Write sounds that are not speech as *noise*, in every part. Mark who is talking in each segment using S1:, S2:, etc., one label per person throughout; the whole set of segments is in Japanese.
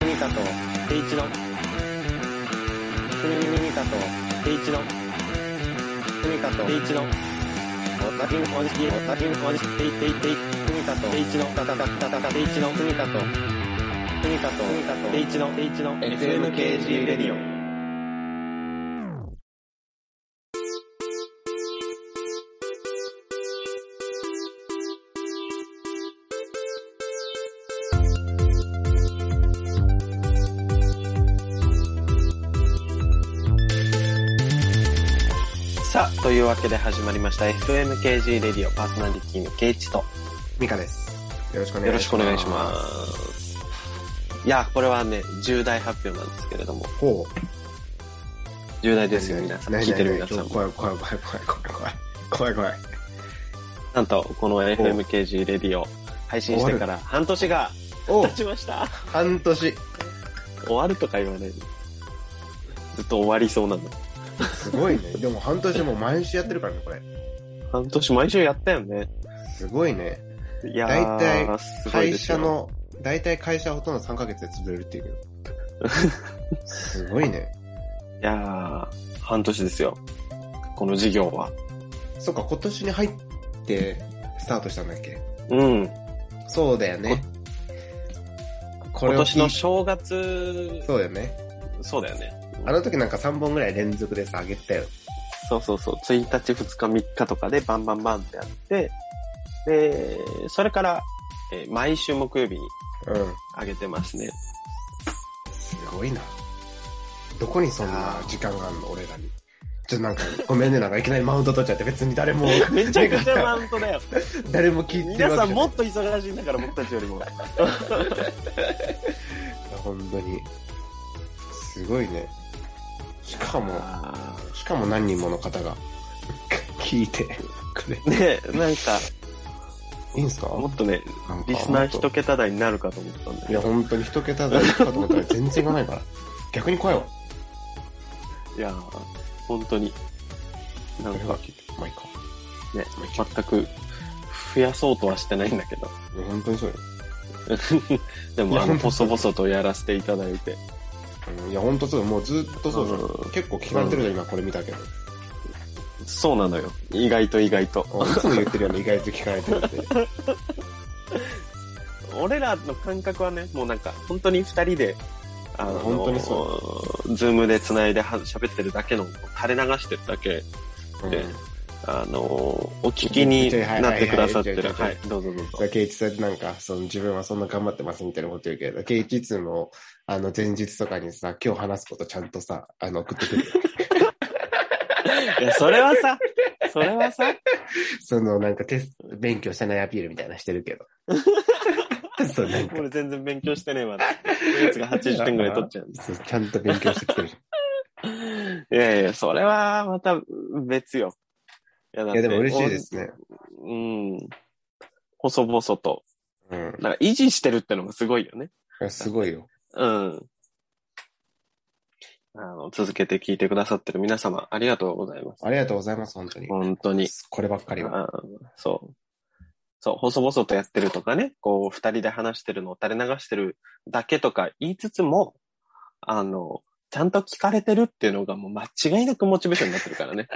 S1: と定一の蝉耳ミカと定一のミカと定一のおたきんおじきおたきんおじきていていていミカと定一のたたたたたた定一のミカとミカとミカと定一の定一の FMKG レディオさあ、というわけで始まりました FMKG レディオパーソナリティのケイチと
S2: ミカです。よろしくお
S1: よ
S2: 願
S1: ろ
S2: い
S1: し
S2: し
S1: くお
S2: ます。
S1: 願いします。いや、これはね、重大発表なんですけれども、
S2: す。ほう。
S1: 重大ですよ、皆さん。
S2: 何
S1: 聞いてる皆さん
S2: 何
S1: も。
S2: 怖い怖い怖い怖い怖い怖い。怖い怖い。
S1: なんと、この FMKG レディオ配信してから半年が
S2: お
S1: 経
S2: う
S1: ちました。
S2: 半年。
S1: 終わるとか言わないで。ずっと終わりそうなの。
S2: すごいね。でも半年もう毎週やってるからね、これ。
S1: 半年毎週やったよね。
S2: すごいね。
S1: いや
S2: 大
S1: ー、
S2: 体
S1: すごい
S2: 会
S1: です
S2: 社
S1: よ。
S2: の、大体会社ほとんど3ヶ月で潰れるっていうけど。すごいね。
S1: いやー、半年ですよ。この事業は。
S2: そっか、今年に入ってスタートしたんだっけ
S1: うん。
S2: そうだよね。こ
S1: 今
S2: を
S1: 年の正月、
S2: そうだよね。
S1: そうだよね。
S2: あの時なんか3本ぐらい連続でさ、上げてたよ。
S1: そうそうそう。1日、2日、3日とかでバンバンバンってやって、で、それから、えー毎週木曜日に
S2: うん。
S1: 上げてます
S2: *laughs*
S1: ね。
S2: すごいな。どこにそんな時間があるの俺らに。ちょっとなんか、ごめんね、なんかいきなりマウント取っちゃって別に
S1: *laughs*
S2: 誰も、
S1: めちゃくちゃマウントだよ。
S2: 誰も聞いて
S1: 皆
S2: る
S1: さん
S2: わけじゃな
S1: も
S2: い
S1: っと忙しいんだから、僕たちよりも。
S2: 本当に。すごいね。しかも、
S1: あ
S2: しかも何人もの方が聞いてくれ
S1: ーねなんか、
S2: いいんすか
S1: もっとね、リスナー一桁台になるかと思ったんだ
S2: い
S1: け
S2: や、
S1: ど。
S2: 本当に一桁台かと思ったら全然いかないから。逆に怖いわ。
S1: いやー、本当に。なん
S2: 俺
S1: か
S2: は、聞いて。まあいいか。
S1: ね
S2: まあいいか
S1: 全く増やそうとはしてないんだけど。
S2: いや本当にそうよ。
S1: で
S2: い
S1: も、
S2: や
S1: あの、細々とやらせていただいて。
S2: うんいや、本当そうよ。もうずっとそうよ。
S1: うん
S2: 結構聞かれてるよ、今これ見たけど。
S1: そうなのよ。意外と意外と。
S2: いつも言ってるよね、意外と聞かれてる
S1: *laughs*
S2: って。
S1: 俺らの感覚はね、もうなんか、本当に二人で、あの、
S2: 本当に
S1: ズームで繋いでは喋ってるだけの、垂れ流してるだけ、であの、お聞きになってくださって
S2: ちょ
S1: る。
S2: いちょい
S1: は
S2: はい
S1: い、どうぞどうぞ。
S2: うん。ケイチさんってなんか、その自分はそんな頑張ってますみたいなこと言うけど、ケイチいつも、あの、前日とかにさ、今日話すことちゃんとさ、あの、送って
S1: *laughs*
S2: くる。
S1: いや、それは
S2: *laughs*
S1: さ、それはさ、
S2: その、なんかテスト、勉強してないアピールみたいなしてるけど。
S1: *laughs*
S2: そう、なんか、
S1: 俺全然勉強してねえわ。やつが80点ぐらい取っちゃうんです。
S2: そうちゃんと勉強してきてるじ
S1: いやいや、それはまた別よ。いや、だ
S2: ゃ
S1: っ
S2: ん。い
S1: て
S2: や、でも嬉しいで。すね。
S1: おうん。細々と。
S2: うん。
S1: なんか維持してるってのもすごいよね。
S2: いやすごいよ。
S1: うん。あの、続けて聞いてくださってる皆様、ありがとうございます。
S2: ありがとうございます、本当に。
S1: 本当に。
S2: こればっかりは。
S1: あそう。そう、細々とやってるとかね、こう、二人で話してるのを垂れ流してるだけとか言いつつも、あの、ちゃんと聞かれてるっていうのがもう間違いなくモチベーションになってるからね。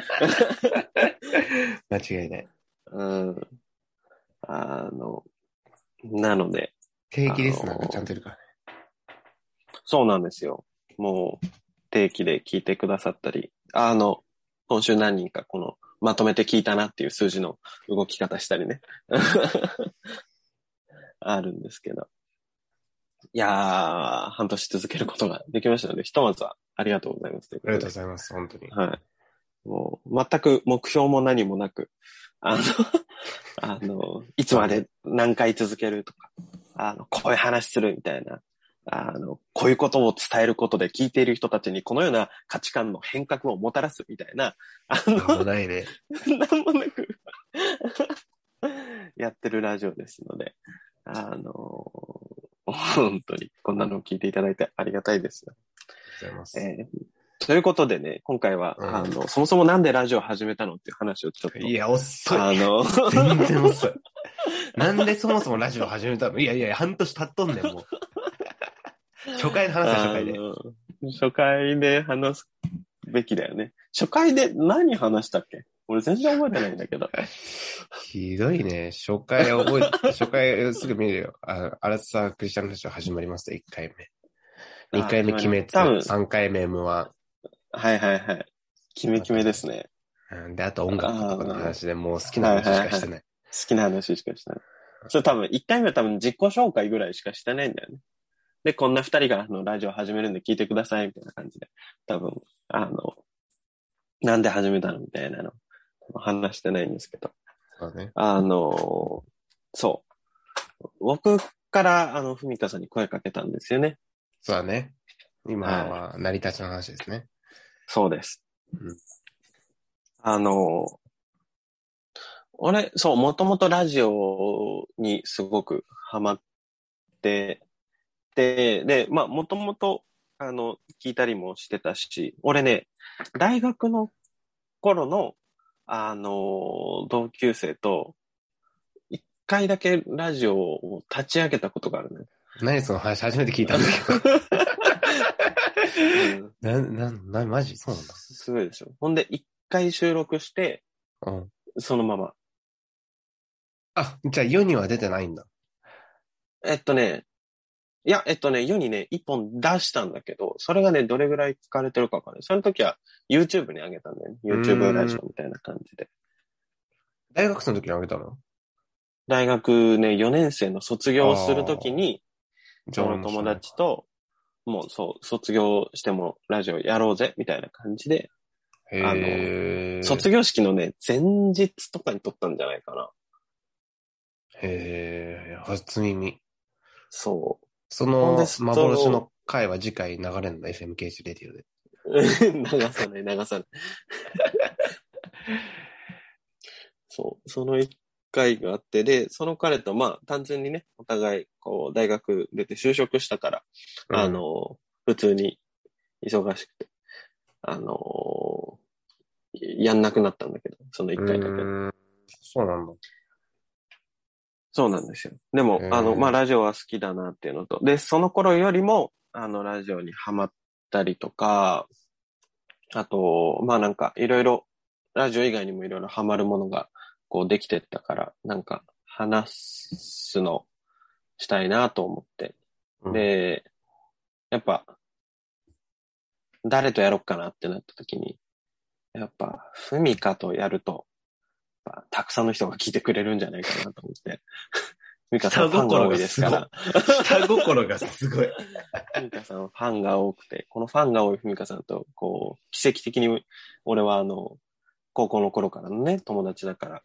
S2: 間違いない。
S1: うん。あの、なので、
S2: 定期リスナーがちゃんといるからね。
S1: そうなんですよ。もう、定期で聞いてくださったり、あの、今週何人かこの、まとめて聞いたなっていう数字の動き方したりね。 *laughs* あるんですけど。いやー、半年続けることができましたので、ひとまずはありがとうございますという
S2: あ
S1: こ
S2: り
S1: とで
S2: がとうご。ざいます、本当に。
S1: はい。もう、全く目標も何もなく、あの、あの、いつまで何回続けるとか、あの、こういう話するみたいな、あの、こういうことを伝えることで聞いている人たちにこのような価値観の変革をもたらすみたいな、 *laughs* あ
S2: なんも
S1: の、
S2: ないね。
S1: なんもなく *laughs* やってるラジオですので、あの、本当にこんなのを聞いていただいてありがたいです。
S2: ありがとうございます。
S1: えーということでね、今回は、
S2: うん
S1: あの、そもそもなんでラジオ始めたのっていう話をちょっと。
S2: いや、遅い。
S1: あの、
S2: 全然遅い。なんでそもそもラジオ始めたのいやいや、半年経っとんねん、もう。初回の話は初回で。
S1: あの初回で話すべきだよね。初回で何話したっけ俺全然覚えてないんだけど。
S2: ひどいね。初回覚え、初回すぐ見るよ。あアラサークリスチャンラジオ始まりますよ、1回目。2回目
S1: あ
S2: 鬼滅、
S1: 多分
S2: 3回目 M1。
S1: はいはいはい。キメキメですね。
S2: うんで、あと音楽とかの話でもう好きな話しかしてない。
S1: 好きな話しかしてない。それ多分、一回目は多分自己紹介ぐらいしかしてないんだよね。で、こんな二人があのラジオ始めるんで聞いてくださいみたいな感じで、多分、あの、なんで始めたのみたいなの、話してないんですけど。
S2: そうね。
S1: あの、そう。僕から、あの、ふみかさんに声かけたんですよね。
S2: そうだね。今は成り立ちの話ですね。
S1: そうです。
S2: うん
S1: あの、俺、そう、もともとラジオにすごくハマって、で、で、まあ、もともと、あの、聞いたりもしてたし、俺ね、大学の頃の、あの、同級生と、一回だけラジオを立ち上げたことがあるね。
S2: 何その話初めて聞いたんだけ
S1: うん *laughs*
S2: ど。な、な、な、マジそうなんだ。
S1: すごいでしょ。ほんで、一回収録して、
S2: うん。
S1: そのまま。
S2: あ、じゃあ世には出てないんだ。
S1: えっとね、いや、えっとね、世にね、一本出したんだけど、それがね、どれぐらい聞かれてるかわかんない。その時は YouTube に上げたんだよね。YouTube ラジオみたいな感じで。
S2: 大学生の時にあげたの
S1: 大学ね、4年生の卒業をするときに、
S2: じゃあ
S1: その友達と、もうそう、卒業してもラジオやろうぜ、みたいな感じで、
S2: 俺もしない。へー。
S1: 卒業式のね、前日とかに撮ったんじゃないかな。
S2: へー、初耳。
S1: そ
S2: そ
S1: ほん
S2: の
S1: でその
S2: 幻の回は次回流れるんだ、FMKG レディオで。
S1: う。 *laughs* 流さない、流さない。 *laughs* そう、その一回があって、で、その彼と、まあ、単純にね、お互い、こう、大学出て就職したから、
S2: うん
S1: あ、の、普通に忙しくて、あの、やんなくなったんだけど、その一
S2: う
S1: 回だけ。
S2: ーんそうなんだ。
S1: そうなんですよ。でも
S2: へ、ー
S1: あの、まあ、ラジオは好きだなっていうのと、で、その頃よりも、あの、ラジオにハマったりとか、あと、まあ、なんか、いろいろ、ラジオ以外にもいろいろハマるものが、こう、できてったから、なんか、話すの、したいなと思って。
S2: うん、
S1: で、やっぱ、誰とやろっかなってなった時に、やっぱ、ふみかとやると、やっぱたくさんの人が聞いてくれるんじゃないかなと思って。 *laughs* ふみかさんファンが多いですから。
S2: 下心がすごい。
S1: ふみかさんファンが多くて、このファンが多いふみかさんと、こう、奇跡的に、俺はあの、高校の頃からのね、友達だから、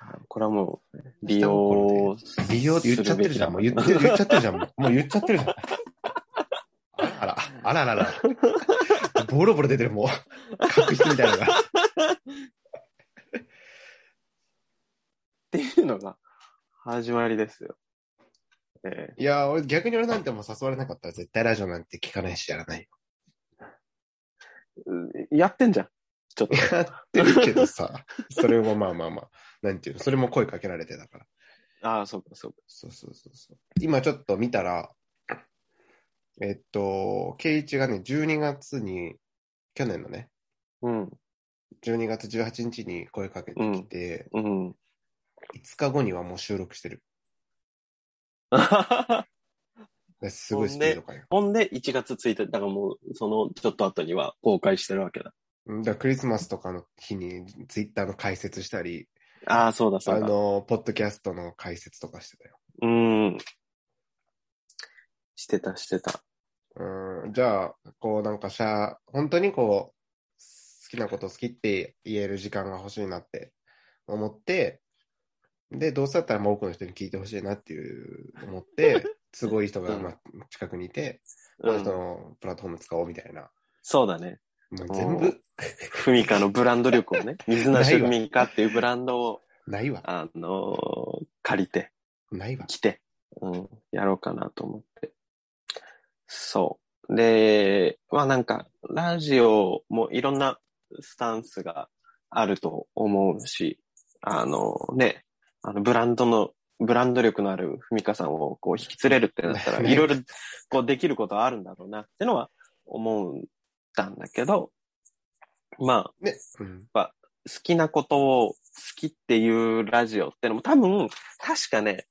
S1: あこれはもう、利用
S2: 美容って言っちゃってるじゃん。もう言ってる、言っちゃってるじゃん。もうもう言っちゃってるじゃん。あら、あらららら。ボロボロ出てる、もう。隠してみたいなのが。
S1: っていうのが始まりですよ。え
S2: いやー、俺逆に俺なんてもう誘われなかったら絶対ラジオなんて聞かないし、やらない。
S1: ーやってんじゃん。ちょっと。
S2: やってるけどさ、それもまあまあまあ、なんていうの、それも声かけられてだから。
S1: ああ、そうか、そうか。
S2: そうそうそうそう。今ちょっと見たら、えっと、圭一がね、12月に、去年のね、
S1: うん、
S2: 12月18日に声かけてきて、
S1: うん。
S2: 5日後にはもう収録してる。すごいスピード感よ。
S1: *laughs* ほんで、1月1日、だからもう、そのちょっと後には公開してるわけだ。
S2: うんだからクリスマスとかの日にツイッターの解説したり、
S1: ああ、そうだ、そ
S2: あ
S1: うだ。
S2: の、ポッドキャストの解説とかしてたよ。
S1: うん。してた、してた。
S2: うん、じゃあ、こうなんかしゃ、本当にこう、好きなこと好きって言える時間が欲しいなって思って、で、どうせだったらもう多くの人に聞いてほしいなっていう
S1: *laughs*
S2: 思って、すごい人が、まあ、近くにいて、こ
S1: う
S2: の人
S1: ん、
S2: のプラットフォーム使おうみたいな。
S1: そうだね。
S2: もう全
S1: おー
S2: 部
S1: フミカのブランド力 *laughs* をね、水梨フミカっていうブランドを、
S2: ないわ。
S1: あのー借りて、
S2: ないわ。
S1: 来て、うん、やろうかなと思って。そう。で、まあなんか、ラジオもいろんなスタンスがあると思うし、あのね、あのブランドのブランド力のあるふみかさんをこう引き連れるってなったら、
S2: ね
S1: いろいろこうできることはあるんだろうなってのは思ったんだけど、まあ、
S2: ね。うん。
S1: 好きなことを好きっていうラジオってのも多分、確かね、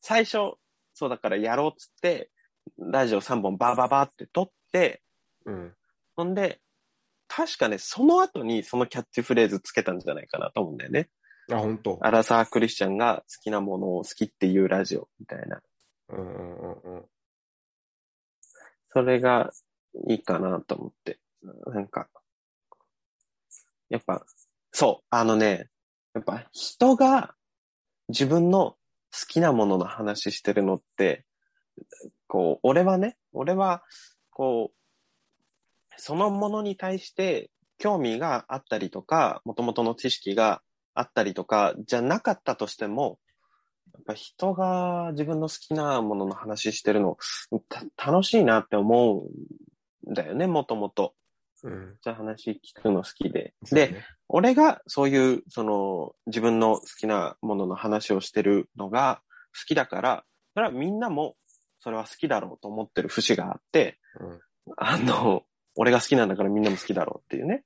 S1: 最初、そうだからやろうっつって、ラジオ3本バーバーバーって撮って、
S2: うん。
S1: ほんで、確かね、その後にそのキャッチフレーズつけたんじゃないかなと思うんだよね。
S2: あ、本当。
S1: アラサークリスチャンが好きなものを好きっていうラジオみたいな。
S2: うんうんうんうん。
S1: それがいいかなと思って。なんか、やっぱ、そう、あのね、やっぱ人が自分の好きなものの話してるのって、こう、俺はね、俺は、こう、そのものに対して興味があったりとか、元々の知識があったりとか、じゃなかったとしても、やっぱ人が自分の好きなものの話してるのた楽しいなって思うんだよね、もともと。
S2: うん。
S1: じゃあ話聞くの好きで。
S2: そう
S1: で、
S2: ね、
S1: 俺がそういう、その、自分の好きなものの話をしてるのが好きだから、それはみんなもそれは好きだろうと思ってる節があって、
S2: うん
S1: あの、俺が好きなんだからみんなも好きだろうっていうね。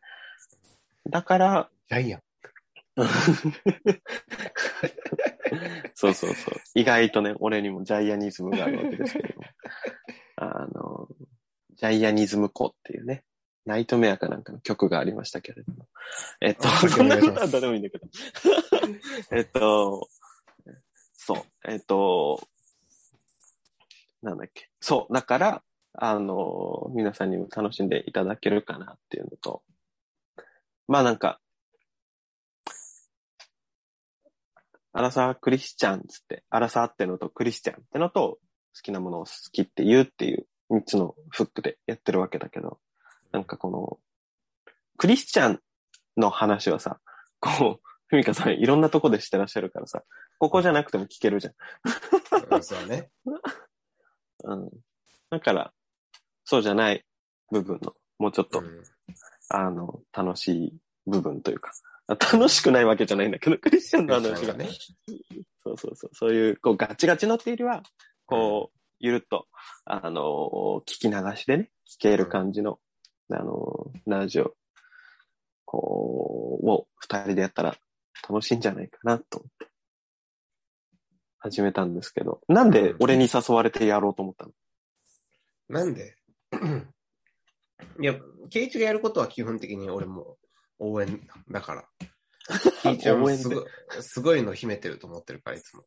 S1: だから、 *laughs*
S2: ジャイアン。
S1: そうそうそう。意外とね、俺にもジャイアニズムがあるわけですけれども。あの、ジャイアニズム子っていうね、ナイトメアかなんかの曲がありましたけれども。えっと、
S2: あ
S1: そんなこ
S2: お願いし
S1: と
S2: ます
S1: は誰でもいいんだけど。 *laughs* えっと、そう、えっと、なんだっけ。そう、だから、あの、皆さんにも楽しんでいただけるかなっていうのと、まあなんか、アラサークリスチャンっつって、アラサーってのとクリスチャンってのと、好きなものを好きって言うっていう3つのフックでやってるわけだけど、なんかこの、クリスチャンの話はさ、こう、ふみかさんいろんなとこでしてらっしゃるからさ、ここじゃなくても聞けるじゃん。
S2: うんそうね。
S1: うん。だから、そうじゃない部分の、もうちょっと、 *laughs*
S2: うん
S1: あの、楽しい部分というか、楽しくないわけじゃないんだけど、クリスチャンの話がね
S2: ね。
S1: そうそうそう。そういう、こう、ガチガチのっていうよりは、こう、ゆるっと、あのー聞き流しでね、聞ける感じの、あのーラジオ、こう、を二人でやったら楽しいんじゃないかなと思って、始めたんですけど、なんで俺に誘われてやろうと思ったの
S2: なんでいや、ケイチがやることは基本的に俺も応援だから。ケイチはもうすごいすごいの秘めてると思ってるから、いつも。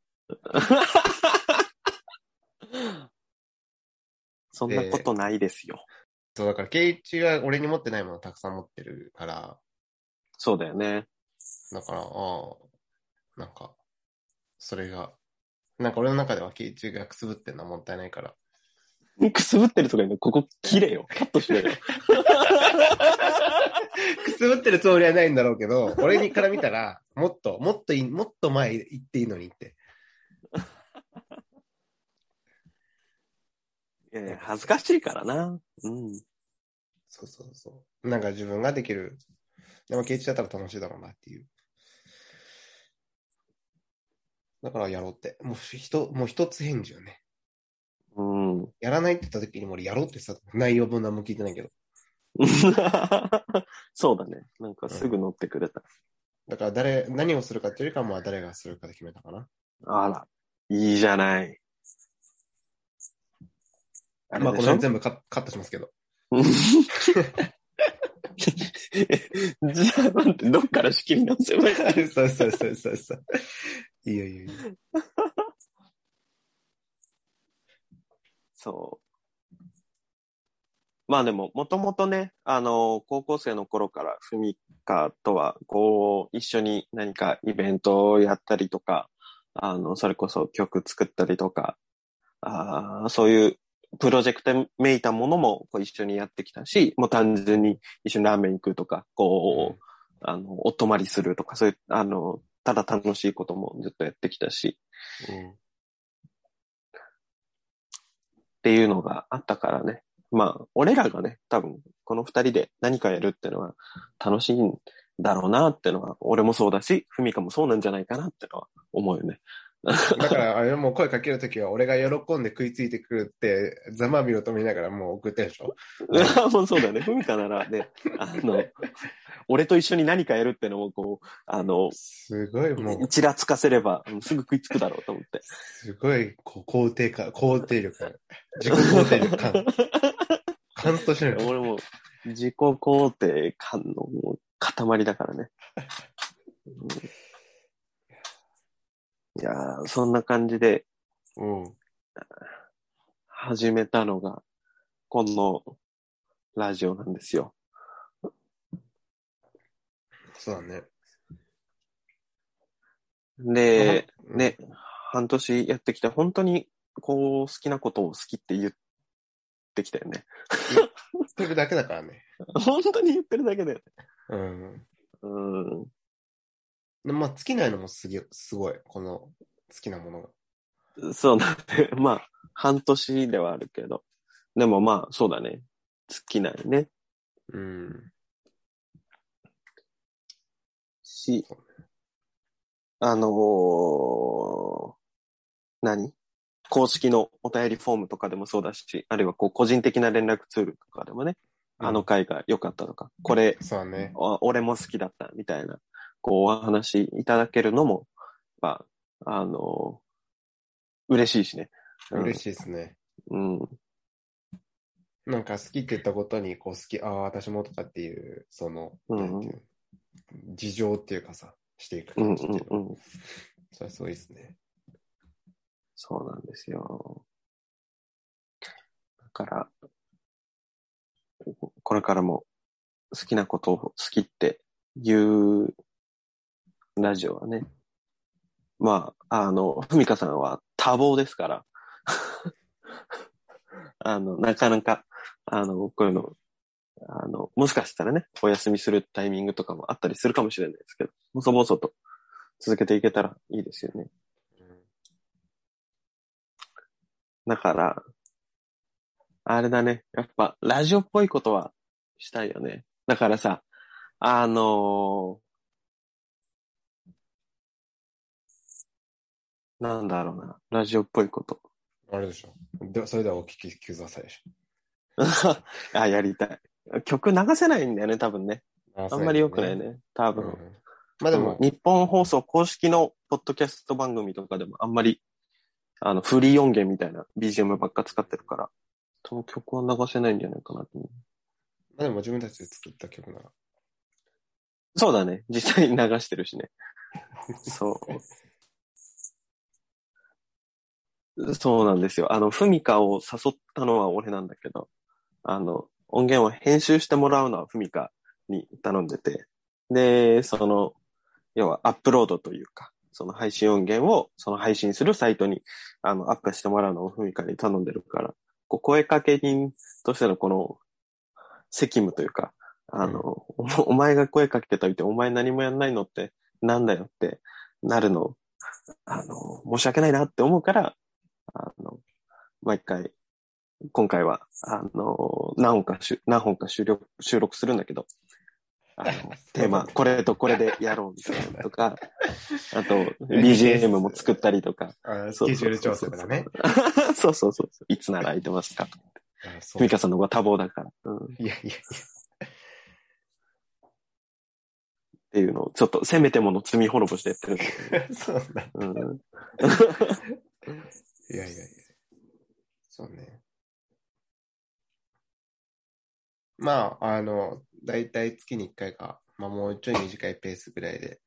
S1: そんなことないですよ。
S2: そう、だからケイチが俺に持ってないものをたくさん持ってるから、
S1: そうだよね。
S2: だから、ああ、なんか、それが、なんか俺の中ではケイチがくすぶってるのはもったいないから。
S1: くすぶってるとか言うの、ここ切れよ。カットしろ *laughs* よ。
S2: くすぶってるつもりはないんだろうけど、俺にから見たら、もっと、もっといい、もっと前行っていいのにって。
S1: いやいや恥ずかしいからな。うん。
S2: そうそうそう。なんか自分ができる。でも、ケイチだったら楽しいだろうなっていう。だからやろうって。もうひと、もう一つ返事よね。
S1: うん。 *laughs*
S2: やらないって言った時にも俺やろうってさ、内容分何も聞いてないけど。
S1: そうだね。なんかすぐ乗ってくれた。
S2: だから誰、何をするかっていうよりかは、まあ誰がするかで決めたかな。
S1: あら、いいじゃない。あ
S2: まあ
S1: れ
S2: こ
S1: で
S2: の
S1: しょ
S2: 辺全部カッカットしますけど。
S1: え *laughs* じゃあ、待って、どっから仕切り直せばいいの
S2: *laughs* そうそうそうそうそう。いいよいいよいいよ。
S1: そう。まあでも、もともとね、あの、高校生の頃から、ふみかとは、こう、一緒に何かイベントをやったりとか、あの、それこそ曲作ったりとか、あーそういうプロジェクトめいたものもこう一緒にやってきたし、もう単純に一緒にラーメン行くとか、こう、あの、お泊まりするとか、そういう、あの、ただ楽しいこともずっとやってきたし、
S2: うん
S1: っていうのがあったからね。まあ、俺らがね、多分、この二人で何かやるっていうのは楽しいんだろうなっていうのは、俺もそうだし、ふみかもそうなんじゃないかなっていうのは思うよね。
S2: だから、あれもう声かけるときは、俺が喜んで食いついてくるって、ざまみろと見ながらもう送ってるでしょ。
S1: もうそうだね。文化ならね、あの、俺と一緒に何かやるってのをこう、あの、
S2: すごいもう、
S1: ちらつかせれば、うんすぐ食いつくだろうと思って。
S2: すごいこう肯定感、肯定力ある。自己肯定力感。感想してる。
S1: 俺も自己肯定感のもう塊だからね。うんいやー、そんな感じで
S2: うん。
S1: 始めたのが、このラジオなんですよ。
S2: そうだね。
S1: で、ね、半年やってきて、本当にこう好きなことを好きって言ってきたよね。
S2: それだけだからね。
S1: 本当に言ってるだけだよね。
S2: うん。
S1: うん。
S2: でまあ、尽きないのもすげすごい。この、好きなものが。
S1: そうだね。まあ、半年ではあるけど。でもまあ、そうだね。尽きないね。
S2: うん。
S1: し
S2: そう、
S1: あのー何公式のお便りフォームとかでもそうだし、あるいはこう個人的な連絡ツールとかでもね、あの回が良かったとか、これ、
S2: そうだね。
S1: あ俺も好きだったみたいな、こうお話いただけるのも、まあ、あのー嬉しいしね。
S2: 嬉しいですね。
S1: うん。
S2: なんか好きって言ったことに、こう好き、ああ、私もとかっていう、その、
S1: うん
S2: なんていう事情っていうかさ、していく
S1: うんうん
S2: 感じっていうの。
S1: うん。
S2: それはすごいですね。
S1: そうなんですよ。だから、これからも好きなことを好きって言うラジオはね、まあ、あの、ふみかさんは多忙ですから、 *laughs* あの、なかなか、あの、こういうの、あの、もしかしたらね、お休みするタイミングとかもあったりするかもしれないですけど、細々と続けていけたらいいですよね。だから、あれだね。やっぱ、ラジオっぽいことはしたいよね。だからさ、あのーなんだろうな。ラジオっぽいこと。 *laughs*
S2: あれでしょ。でそれではお聞きくださいでし
S1: あ、やりたい。曲流せないんだよね、多分ね。
S2: ょ。
S1: あんまり良くない。ね。多
S2: う
S1: 分。
S2: ん。まあでも、
S1: 日本放送公式のポッドキャスト番組とかでもあんまり、あの、フリー音源みたいな BGM ばっか使ってるから、その曲は流せないんじゃないかなと思う。
S2: まあでも自分たちで作った曲なら。
S1: そうだね。実際に流してるしね。そう。そうなんですよ。あの、フミカを誘ったのは俺なんだけど、あの、音源を編集してもらうのはフミカに頼んでて、で、その、要はアップロードというか、その配信音源を、その配信するサイトに、あの、アップしてもらうのをフミカに頼んでるから、こう、声かけ人としてのこの、責務というか、あの、おお前が声かけておいて、お前何もやんないのって、なんだよってなるの、あの、申し訳ないなって思うから、あの、毎回、今回は、あの、何本かしゅ、何本か収録、収録するんだけど、あ *laughs* の、テーマ、これとこれでやろうみたいなのと *laughs* か、あと、BGM も作ったりとか、
S2: あス
S1: そう
S2: ケジュール調整とかね。
S1: *laughs* そうそうそう。いつなら空いてますか
S2: あそう
S1: ミカさんの方が多忙だから、うん。っ
S2: *laughs* いやいやいや。
S1: ていうのを、ちょっとせめてもの罪滅ぼしてやってるんだけ
S2: そうなんだ。
S1: ど。うん。
S2: いやいやいや。そうね。まあ、あの、だいたい月に1回か、まあもうちょい短いペースぐらいで、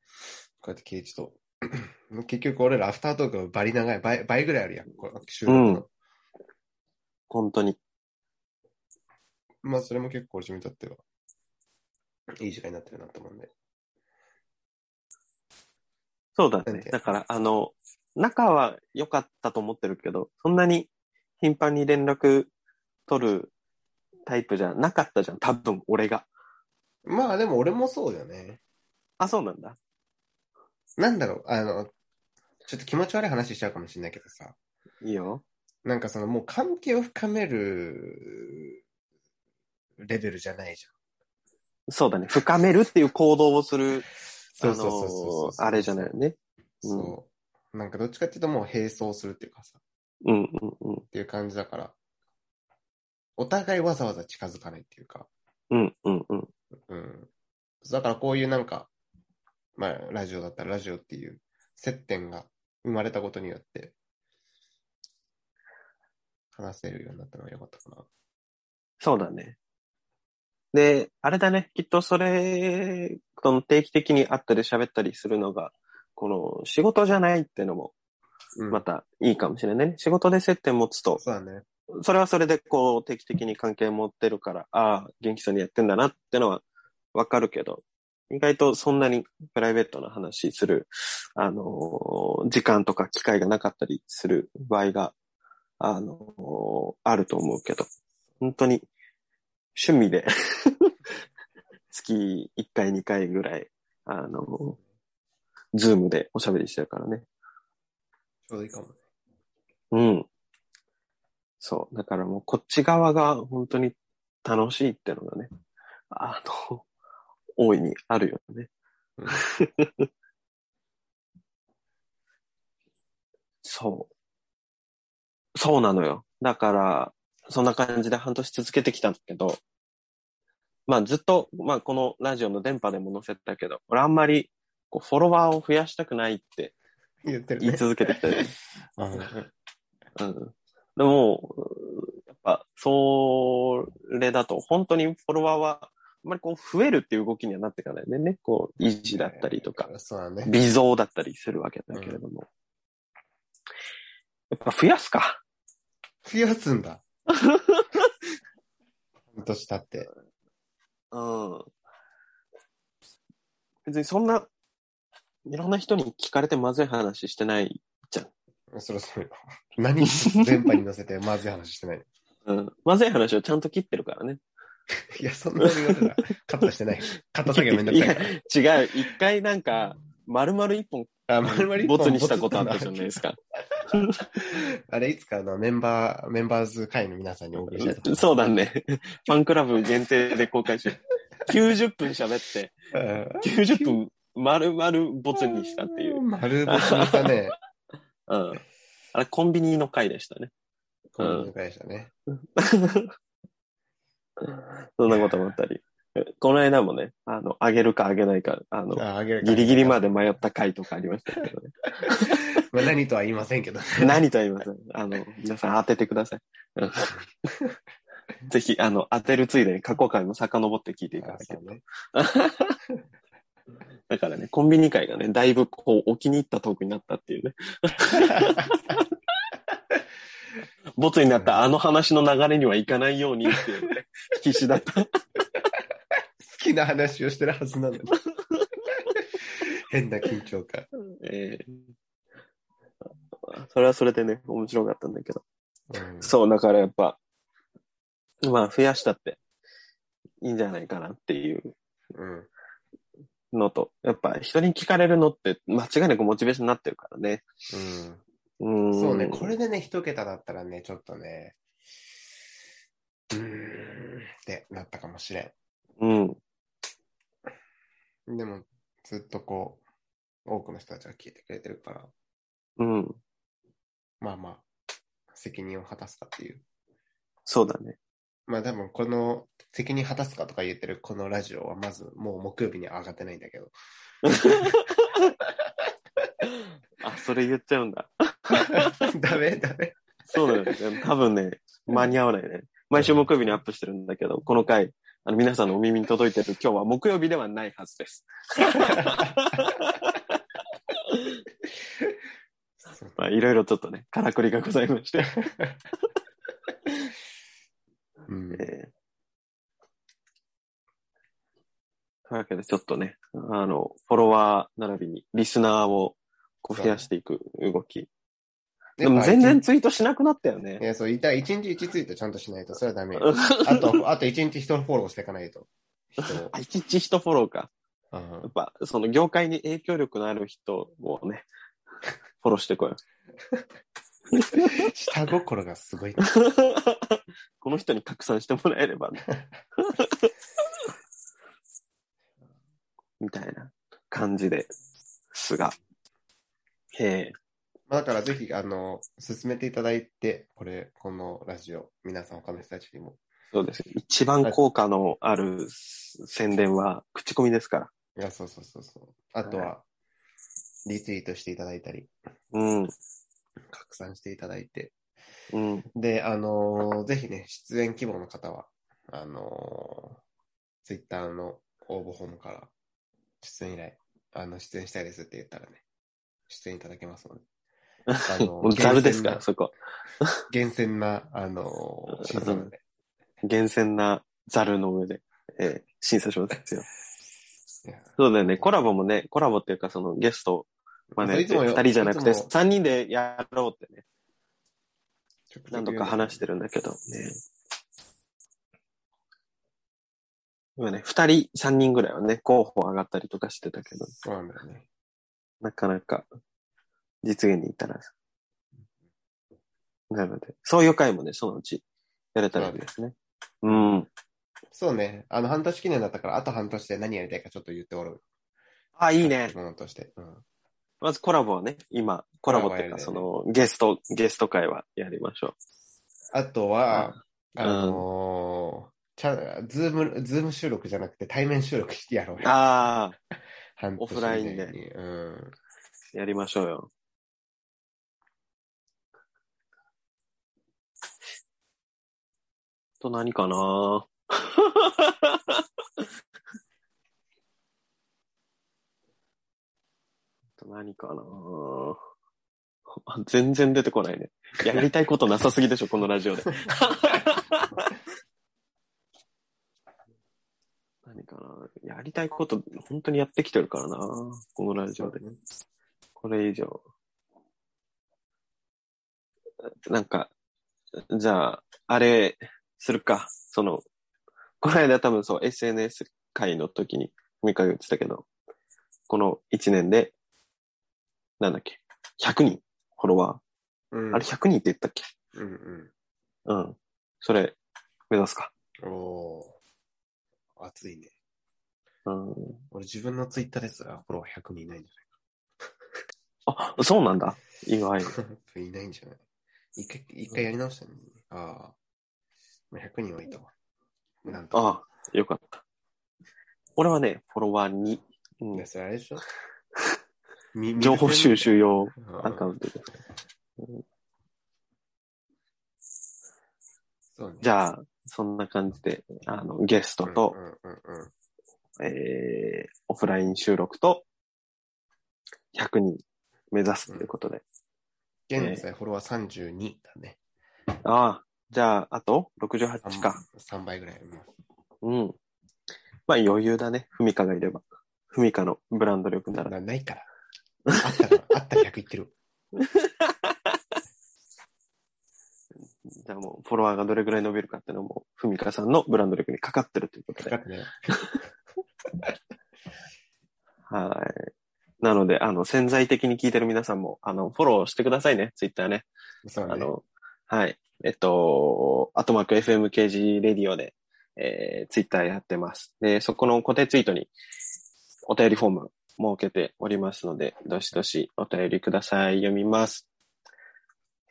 S2: こうやってケイチと。 *clears throat* 結局俺らアフタートークがバリ長い、倍倍ぐらいあるやん、これ収録の。
S1: 本当に。
S2: まあそれも結構自分にとっては、いい時間になってるなと思うんで。
S1: そうだ
S2: なん
S1: ね
S2: て。
S1: だから、あの、仲は良かったと思ってるけど、そんなに頻繁に連絡取るタイプじゃなかったじゃん。多分、俺が。
S2: まあでも俺もそうだよね。
S1: あ、そうなんだ。
S2: なんだろう、あの、ちょっと気持ち悪い話しちゃうかもしれないけどさ。
S1: いいよ。
S2: なんかそのもう関係を深めるレベルじゃないじゃん。
S1: そうだね。深めるっていう行動をする、あ
S2: そうそうそうそう
S1: の、あれじゃないよね。
S2: そう、なんかどっちかっていうともう並走するっていうかさ、
S1: うんうん
S2: っていう感じだから、お互いわざわざ近づかないっていうか、
S1: うん。うんうん
S2: うん。だからこういうなんか、まあ、ラジオだったらラジオっていう接点が生まれたことによって、話せるようになったのが良かったかな。
S1: そうだね。で、あれだね。きっとそれ、その定期的に会ったり喋ったりするのが、この仕事じゃないっていうのも
S2: うん、
S1: またいいかもしれないね。仕事で接点持つと、
S2: そうだね。
S1: それはそれでこう定期的に関係持ってるから、ああ、元気そうにやってんだなってのはわかるけど、意外とそんなにプライベートな話する、あのー時間とか機会がなかったりする場合が、あのーあると思うけど、本当に趣味で *laughs* 月1回2回ぐらい、あのーズームでおしゃべりしてるからね。
S2: ちょうどいいかもね。
S1: うん。そう。だからもうこっち側が本当に楽しいってのがね、あの、 *laughs* 大いにあるよね。
S2: うん
S1: *laughs* そう。そうなのよ。だから、そんな感じで半年続けてきたんだけど、まあずっと、まあこのラジオの電波でも載せたけど、俺あんまりこうフォロワーを増やしたくないって
S2: 言ってるね。
S1: 言い続けてきたよね。
S2: あうん
S1: うんでも、やっぱ、それだと、本当にフォロワーは、あんまりこう、増えるっていう動きにはなっていかないんでね、こう、維持だったりとか、
S2: そうだね。
S1: 微増だったりするわけだけれども。やっぱ増やすか。
S2: 増やすんだ。 *laughs* 半年経って。
S1: うん。別にそんな、いろんな人に聞かれてまずい話してない。
S2: そろそろ。何電波に乗せてまずい話してない
S1: う
S2: の。
S1: ん。まずい話をちゃんと切ってるからね。
S2: いや、そんなに言われたらカットしてない。カット作業めんどくさいから。
S1: 違う。一回なんか、丸々一本、
S2: あ、まるまる一本
S1: ボツにしたことあったじゃないですか。
S2: あれ、いつかあのメンバー、メンバーズ会の皆さんにお送りしたいと思います
S1: そうだね。ファンクラブ限定で公開し、90分喋って、
S2: うん
S1: 90分丸々ボツにしたっていう。
S2: 丸ボツにしたね。
S1: うん。あれ、コンビニの回でしたね。
S2: コンビニの会社ね。
S1: そんなこともあったり。この間もね、あの、あげるかあげないか、あの、
S2: あ、あげる
S1: ギリギリま
S2: で。
S1: で迷った回とかありましたけど *laughs* ね。
S2: まあ、何とは言いませんけど。
S1: *laughs* 何とは言いません。あの、皆さん当ててください。うん *laughs* ぜひ、あの、当てるついでに過去回も遡って聞いていただ
S2: あ
S1: け
S2: そ
S1: れば
S2: うね
S1: だからね、コンビニ会がね、だいぶこう、お気に入ったトークになったっていう *laughs* ね。ボツになったあの話の流れにはいかないようにっていう *laughs* ね、引き死だった。
S2: 好きな話をしてるはずなのに。 *laughs* 変な緊張感。
S1: えーそれはそれでね、面白かったんだけど。
S2: うん
S1: そう、だからやっぱ、まあ、増やしたって、いいんじゃないかなっていう
S2: うん。
S1: のと、やっぱ人に聞かれるのって、間違いなくモチベーションになってるからね。
S2: うん。
S1: うーん。
S2: そうね、これでね、一桁だったらね、ちょっとね、うーんってなったかもしれ
S1: うん。
S2: ん。でも、ずっとこう、多くの人たちが聞いてくれてるから、
S1: うん。
S2: まあまあ、責任を果たすかっていう。
S1: そうだね。
S2: まあ多分、この、責任果たすかとか言ってるこのラジオは、まず、もう木曜日には上がってないんだけど、 *laughs*
S1: あ、それ言っちゃうんだ。
S2: ダメダ *laughs* メ。
S1: そう *laughs* なんだよね。多分ね、間に合わないね。毎週木曜日にアップしてるんだけど、この回、あの皆さんのお耳に届いてる今日は木曜日ではないはずです。
S2: そう
S1: まあ、いろいろちょっとね、からくりがございま *laughs* して。
S2: うん
S1: えーというわけで、ちょっとね、あの、フォロワー並びにリスナーをこう増やしていく動き。でも全然。ツイートしなくなったよ
S2: い
S1: ね。
S2: や、そう、いたい1日1ツイートちゃんとしないと、それはダメよ。あと、あと1日人をフォローしていかないと。人を
S1: あ、いちいち人フォローか。
S2: うん
S1: やっぱ、その業界に影響力のある人を *laughs* ね、フォローしてこよ *laughs*
S2: 下心がすごい。
S1: う。この人に拡散してもらえれば *laughs* ね。みたいな感じですが。ええ
S2: まあだからぜひ、あの、進めていただいて、これ、このラジオ、皆さん他の人たちにも。
S1: そうです。一番効果のある宣伝は口コミですから。
S2: いや、そうそうそうそう。あとは、リツイートしていただいたり、
S1: うん。
S2: 拡散していただいて。
S1: うん。
S2: で、あのーぜひね、出演希望の方は、あのツイッター Twitter の応募フォームから、出演依頼、あの、出演したいですって言ったらね、出演いただけますので。あの
S1: *laughs* もうざるです
S2: 厳選
S1: から、
S2: な
S1: そこ。
S2: 厳選な、あのー審査なので、
S1: 厳選なざるの上で、えー審査しますよ。
S2: いや
S1: そうだよね。コラボもね、コラボっていうか、そのゲストを招いて、
S2: いつも
S1: 二
S2: よ
S1: 人じゃなくて、
S2: いつも。
S1: 三人でやろうってね、何度か話しててるんだけど、ね。今ね、二人、三人ぐらいはね、候補上がったりとかしてたけど、
S2: そうなんだよね。
S1: なかなか実現に至らず。なので、そういう回もね、そのうちやれたらいいですね。うん。
S2: そうね。あの、半年記念だったから、あと半年で何やりたいかちょっと言っておる。
S1: あ、いいね。
S2: ものとして。うん。
S1: まずコラボはね、今、コラボっていうか、
S2: コ
S1: そ
S2: ラボや
S1: の、ゲスト、ゲスト会はやりましょ
S2: あとは、あのー、ちゃん、ズーム、ズーム収録じゃなくて対面収録してやろう
S1: う。
S2: よ。
S1: ああ、
S2: 半年以
S1: オ
S2: 内に
S1: フライン
S2: うん。
S1: やりましょうよ。あと何かな *laughs* あと何かなあ全然出てこないね。やりたいことなさすぎでしょ、このラジオで。 *laughs* 何かなやりたいこと、本当にやってきてるからなこのラジオで。これ以上。なんか、じゃあ、あれ、するか。その、この間多分そう、SNS 会の時に、みかが言ってたけど、この1年で、なんだっけ、100人、フォロワ
S2: う
S1: ー。
S2: ん。
S1: あれ100人って言ったっけ
S2: うん
S1: うん。それ、目指すか。
S2: うん。おー。熱いね。
S1: うん。
S2: 俺自分のツイッターですら、フォロワー100人いないんじ
S1: あ、そうなんだ。意外
S2: ゃ。ないいないん *laughs* じゃない一回、一回やり直したのに。ああ。まあ100人はいたわ。なんと。
S1: ああ、よかった。俺はね、フォロワー2。
S2: いうや、
S1: ん、
S2: それあれ
S1: *laughs*
S2: でしょみ
S1: 情報収。集用。
S2: 見る専門
S1: ア
S2: 店
S1: カ
S2: うん
S1: ウントで。
S2: そうね
S1: じゃあ、そんな感じで、あの、ゲストと
S2: う、んうんうんうん
S1: えー、オフライン収録と、100人目指すということで。
S2: 現在フォロワー32だね。
S1: ああ、じゃあ、あと68か。
S2: 3倍ぐらいあります。
S1: うん。まあ余裕だね。ふみかがいれば。ふみかのブランド力なら。
S2: なないから。あったら、あったら100いってる。
S1: じゃあもう、フォロワーがどれぐらい伸びるかっていうのも、ふみかさんのブランド力にかかってるということで
S2: かか。ってね。
S1: はい。なので、あの、潜在的に聞いてる皆さんも、あの、フォローしてくださいね。ツイッターね。
S2: そうね。
S1: あの、はい。えっと、アトマーク FMKG レディオで、えー、ツイッターやってます。で、そこの固定ツイートにお便りフォーム設けておりますので、どしどしお便りください。読みます。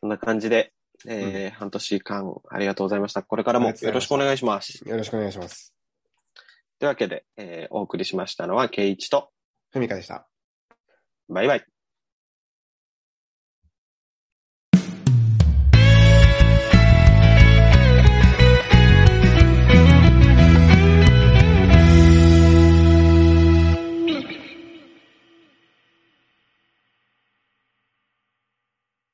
S1: そんな感じで、えー半年間ありがとうございました。これからもよろしくお願いします。
S2: よろしくお願いします。
S1: というわけで、えーお送りしましたのは、ケイイチと、
S2: ふみかでした。
S1: バイバイ。